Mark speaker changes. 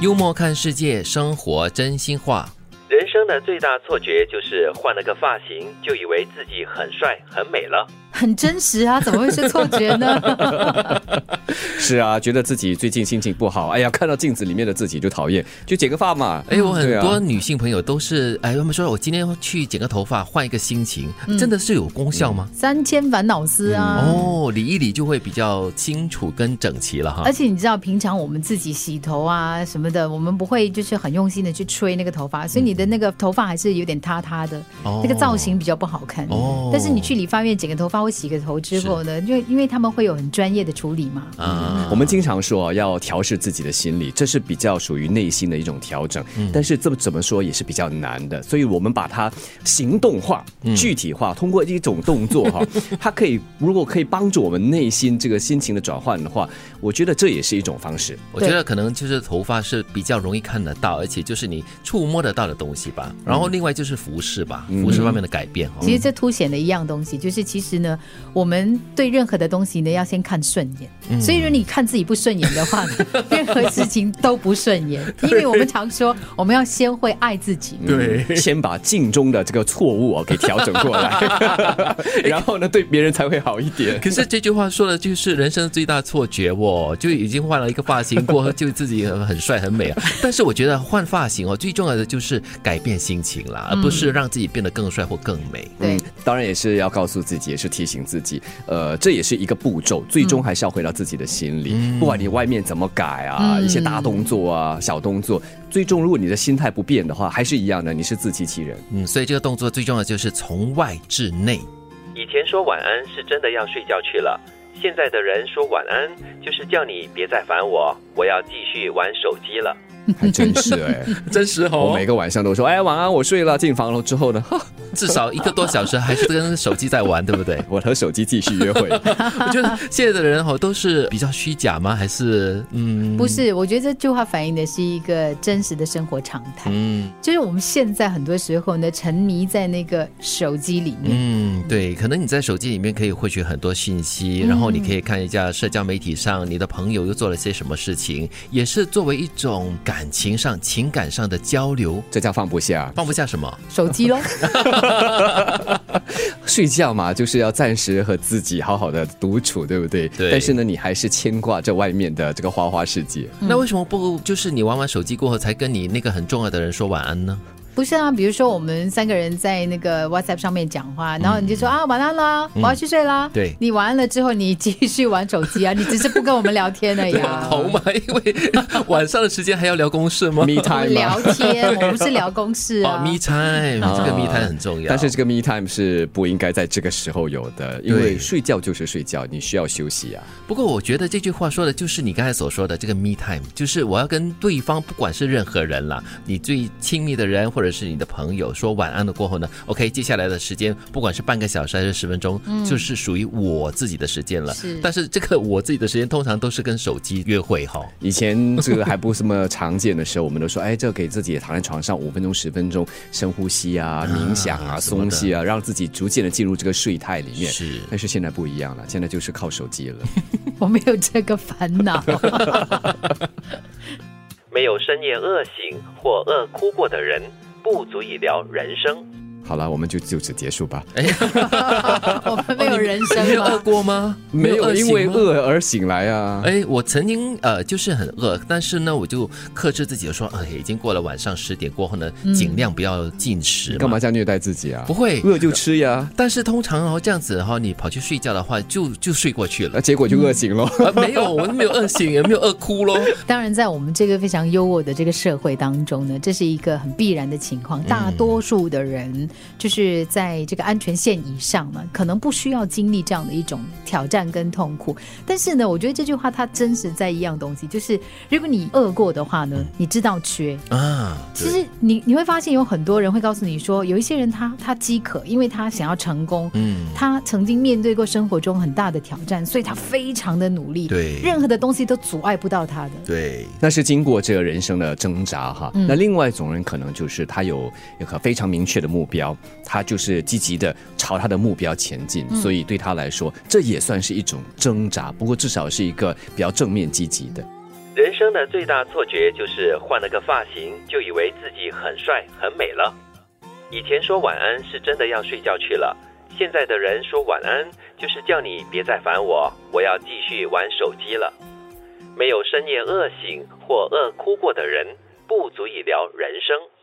Speaker 1: 幽默看世界，生活真心话。
Speaker 2: 人生的最大错觉就是换了个发型，就以为自己很帅很美了。
Speaker 3: 很真实啊，怎么会是错 觉呢？
Speaker 4: 是啊，觉得自己最近心情不好，哎呀，看到镜子里面的自己就讨厌，就剪个发嘛。
Speaker 1: 哎，我很
Speaker 4: 对啊
Speaker 1: 多女性朋友都是，哎，他们说我今天去剪个头发，换一个心情，
Speaker 4: 嗯
Speaker 1: 真的是有功效吗？
Speaker 3: 三千烦恼丝啊。
Speaker 1: 哦，理一理就会比较清楚跟整齐了哈
Speaker 4: 哎
Speaker 3: 而。且你知道，平常我们自己洗头啊什么的，我们不会就是很用心的去吹那个头发，所以你的那个头发还是有点塌塌的，
Speaker 1: 哦
Speaker 3: 那个造型比较不好看。
Speaker 1: 哦
Speaker 3: 但是你去理发院剪个头发或洗个头之后呢，就因为他们会有很专业的处理嘛。
Speaker 1: 啊
Speaker 4: 我们经常说啊要调试自己的心理，这是比较属于内心的一种调整，
Speaker 1: 嗯
Speaker 4: 但是这么怎么说也是比较难的，所以我们把它行动化、
Speaker 1: 嗯
Speaker 4: 具体化，通过一种动作 哈，它可以如果可以帮助我们内心这个心情的转换的话，我觉得这也是一种方式。
Speaker 1: 我觉得可能就是头发是比较容易看得到，而且就是你触摸得到的东西吧。然
Speaker 4: 嗯
Speaker 1: 后另外就是服饰吧，服饰方面的改变哦哈。
Speaker 3: 其实这凸显了一样东西，就是其实呢，我们对任何的东西呢，要先看顺眼。
Speaker 1: 嗯
Speaker 3: 所以，如果你看自己不顺眼的 话，任何事情都不顺眼。因为我们常说，我们要先会爱自己。
Speaker 1: 嗯
Speaker 4: 对，嗯先把镜中的这个错误啊给调整过 来，然后呢，对别人才会好一点。
Speaker 1: 可是这句话说的就是人生最大错觉哦，就已经换了一个发型过后，就自己很很帅很美 啊。但是我觉得换发型哦，最重要的就是改变心情啦，而不是让自己变得更帅或更美。
Speaker 3: 对
Speaker 4: 嗯，当然也是要告诉自己，也是提醒自己，呃，这也是一个步骤，最终还是要回到自己的心里。不管你外面怎么改啊，
Speaker 3: 嗯
Speaker 4: 一些大动作啊、小动作，最终如果你的心态不变的话，还是一样的，你是自欺欺人。
Speaker 1: 嗯，所以这个动作最重要的就是从外至内。
Speaker 2: 以前说晚安是真的要睡觉去了，现在的人说晚安就是叫你别再烦我，我要继续玩手机了。
Speaker 4: 还真是 哎、
Speaker 1: 真实哦
Speaker 4: 我每个晚上都说，哎，晚安，我睡了。进房了 之后呢，哈
Speaker 1: 至少一个多小时还是跟手机在玩，对不 对？
Speaker 4: 我和手机继续约会。
Speaker 1: 我觉得现在的人哦，都是比较虚假吗？还是嗯，
Speaker 3: 不是，我觉得这句话反映的是一个真实的生活常态，
Speaker 1: 嗯
Speaker 3: 就是我们现在很多时候呢，沉迷在那个手机里面。
Speaker 1: 嗯，对，可能你在手机里面可以获取很多信息，然后你可以看一下社交媒体上你的朋友又做了些什么事情，也是作为一种感情上、情感上的交流。
Speaker 4: 这叫放不下，
Speaker 1: 放不下什么？
Speaker 3: 手 机咯，
Speaker 4: 睡觉嘛，就是要暂时和自己好好的独处，对不对？
Speaker 1: 对
Speaker 4: 但是呢，你还是牵挂着外面的这个花花世界。
Speaker 1: 那为什么不就是你玩完手机过后才跟你那个很重要的人说晚安呢？
Speaker 3: 不是啊。比如说我们三个人在那个 WhatsApp 上面讲话，然后你就说、啊晚安啦，我要去睡啦。
Speaker 1: 嗯对
Speaker 3: 你完了之后你继续玩手机啊， 你只是不跟我们聊天而已啊。
Speaker 1: 好嘛，因为晚上的时间还要聊公事吗？
Speaker 4: Me
Speaker 3: 我们
Speaker 4: time 啊嘛
Speaker 3: 聊天，我们是聊公事
Speaker 1: 哦
Speaker 3: 啊。
Speaker 1: ，me time，这个 me time 很重要。
Speaker 4: 哦但是这个 me time 是不应该在这个时候有的，因
Speaker 1: 对
Speaker 4: 为睡觉就是睡觉，你需要休息啊。
Speaker 1: 不过我觉得这句话说的就是你刚才所说的这个 me time，就是我要跟对方，不管是任何人啦，你最亲密的人或者是你的朋友说晚安了过后呢，OK，接下来的时间不管是半个小时还是十分钟，就是属于我自己的时间了。
Speaker 3: 嗯是
Speaker 1: 但是这个我自己的时间通常都是跟手机约会哈、
Speaker 4: 以前这个还不是那么常见的时候，我们都说，哎，这给自己躺在床上五分钟、十分钟，深呼吸啊、冥想啊、
Speaker 1: 什么的
Speaker 4: 松懈啊，让自己逐渐的进入这个睡态里 面。
Speaker 1: 是
Speaker 4: 但是现在不一样了，现在就是靠手机了。
Speaker 3: 我没有这个烦恼。
Speaker 2: 没有深夜饿醒或饿哭过的人，不足以聊人生。
Speaker 4: 好了，我们就就此结束吧。
Speaker 3: 我们没有人
Speaker 1: 哎没
Speaker 3: 生
Speaker 1: 有饿
Speaker 3: 吗？
Speaker 1: 过吗？
Speaker 4: 没有
Speaker 1: 饿醒
Speaker 4: 因为
Speaker 1: 吗。
Speaker 4: 饿而醒来啊。
Speaker 1: 哎，我曾经呃就是很饿，但是呢，我就克制自己说，哎，已经过了晚上十点过后呢，
Speaker 3: 嗯
Speaker 1: 尽量不要进食嘛。
Speaker 4: 干嘛这样虐待自己啊？
Speaker 1: 不会，
Speaker 4: 饿就吃呀，
Speaker 1: 但是通常哦，这样子哈、哦，你跑去睡觉的话，就就睡过去
Speaker 4: 那
Speaker 1: 了。
Speaker 4: 啊结果就饿醒了。
Speaker 1: 啊，没有，我们没有饿醒，也没有饿哭喽。
Speaker 3: 当然，在我们这个非常优渥的这个社会当中呢，这是一个很必然的情
Speaker 1: 嗯
Speaker 3: 况。大多数的人就是在这个安全线以上嘛，可能不需要经历这样的一种挑战跟痛苦。但是呢，我觉得这句话它真实在一样东西，就是如果你饿过的话
Speaker 1: 嗯
Speaker 3: 呢，你知道缺。
Speaker 1: 啊，
Speaker 3: 其实你你会发现有很多人会告诉你说，有一些人他他饥渴，因为他想要成功，
Speaker 1: 嗯，
Speaker 3: 他曾经面对过生活中很大的挑战，所以他非常的努力，
Speaker 1: 对
Speaker 3: 任何的东西都阻碍不到他的。
Speaker 1: 对，
Speaker 4: 那是经过这个人生的挣扎哈。
Speaker 3: 嗯
Speaker 4: 那另外一种人可能就是他有一个非常明确的目标，他就是积极的朝他的目标前进，所以对他来说这也算是一种挣扎，不过至少是一个比较正面积极的。
Speaker 2: 人生的最大错觉就是换了个发型，就以为自己很帅很美了。以前说晚安是真的要睡觉去了，现在的人说晚安就是叫你别再烦我，我要继续玩手机了。没有深夜饿醒或饿哭过的人，不足以聊人生。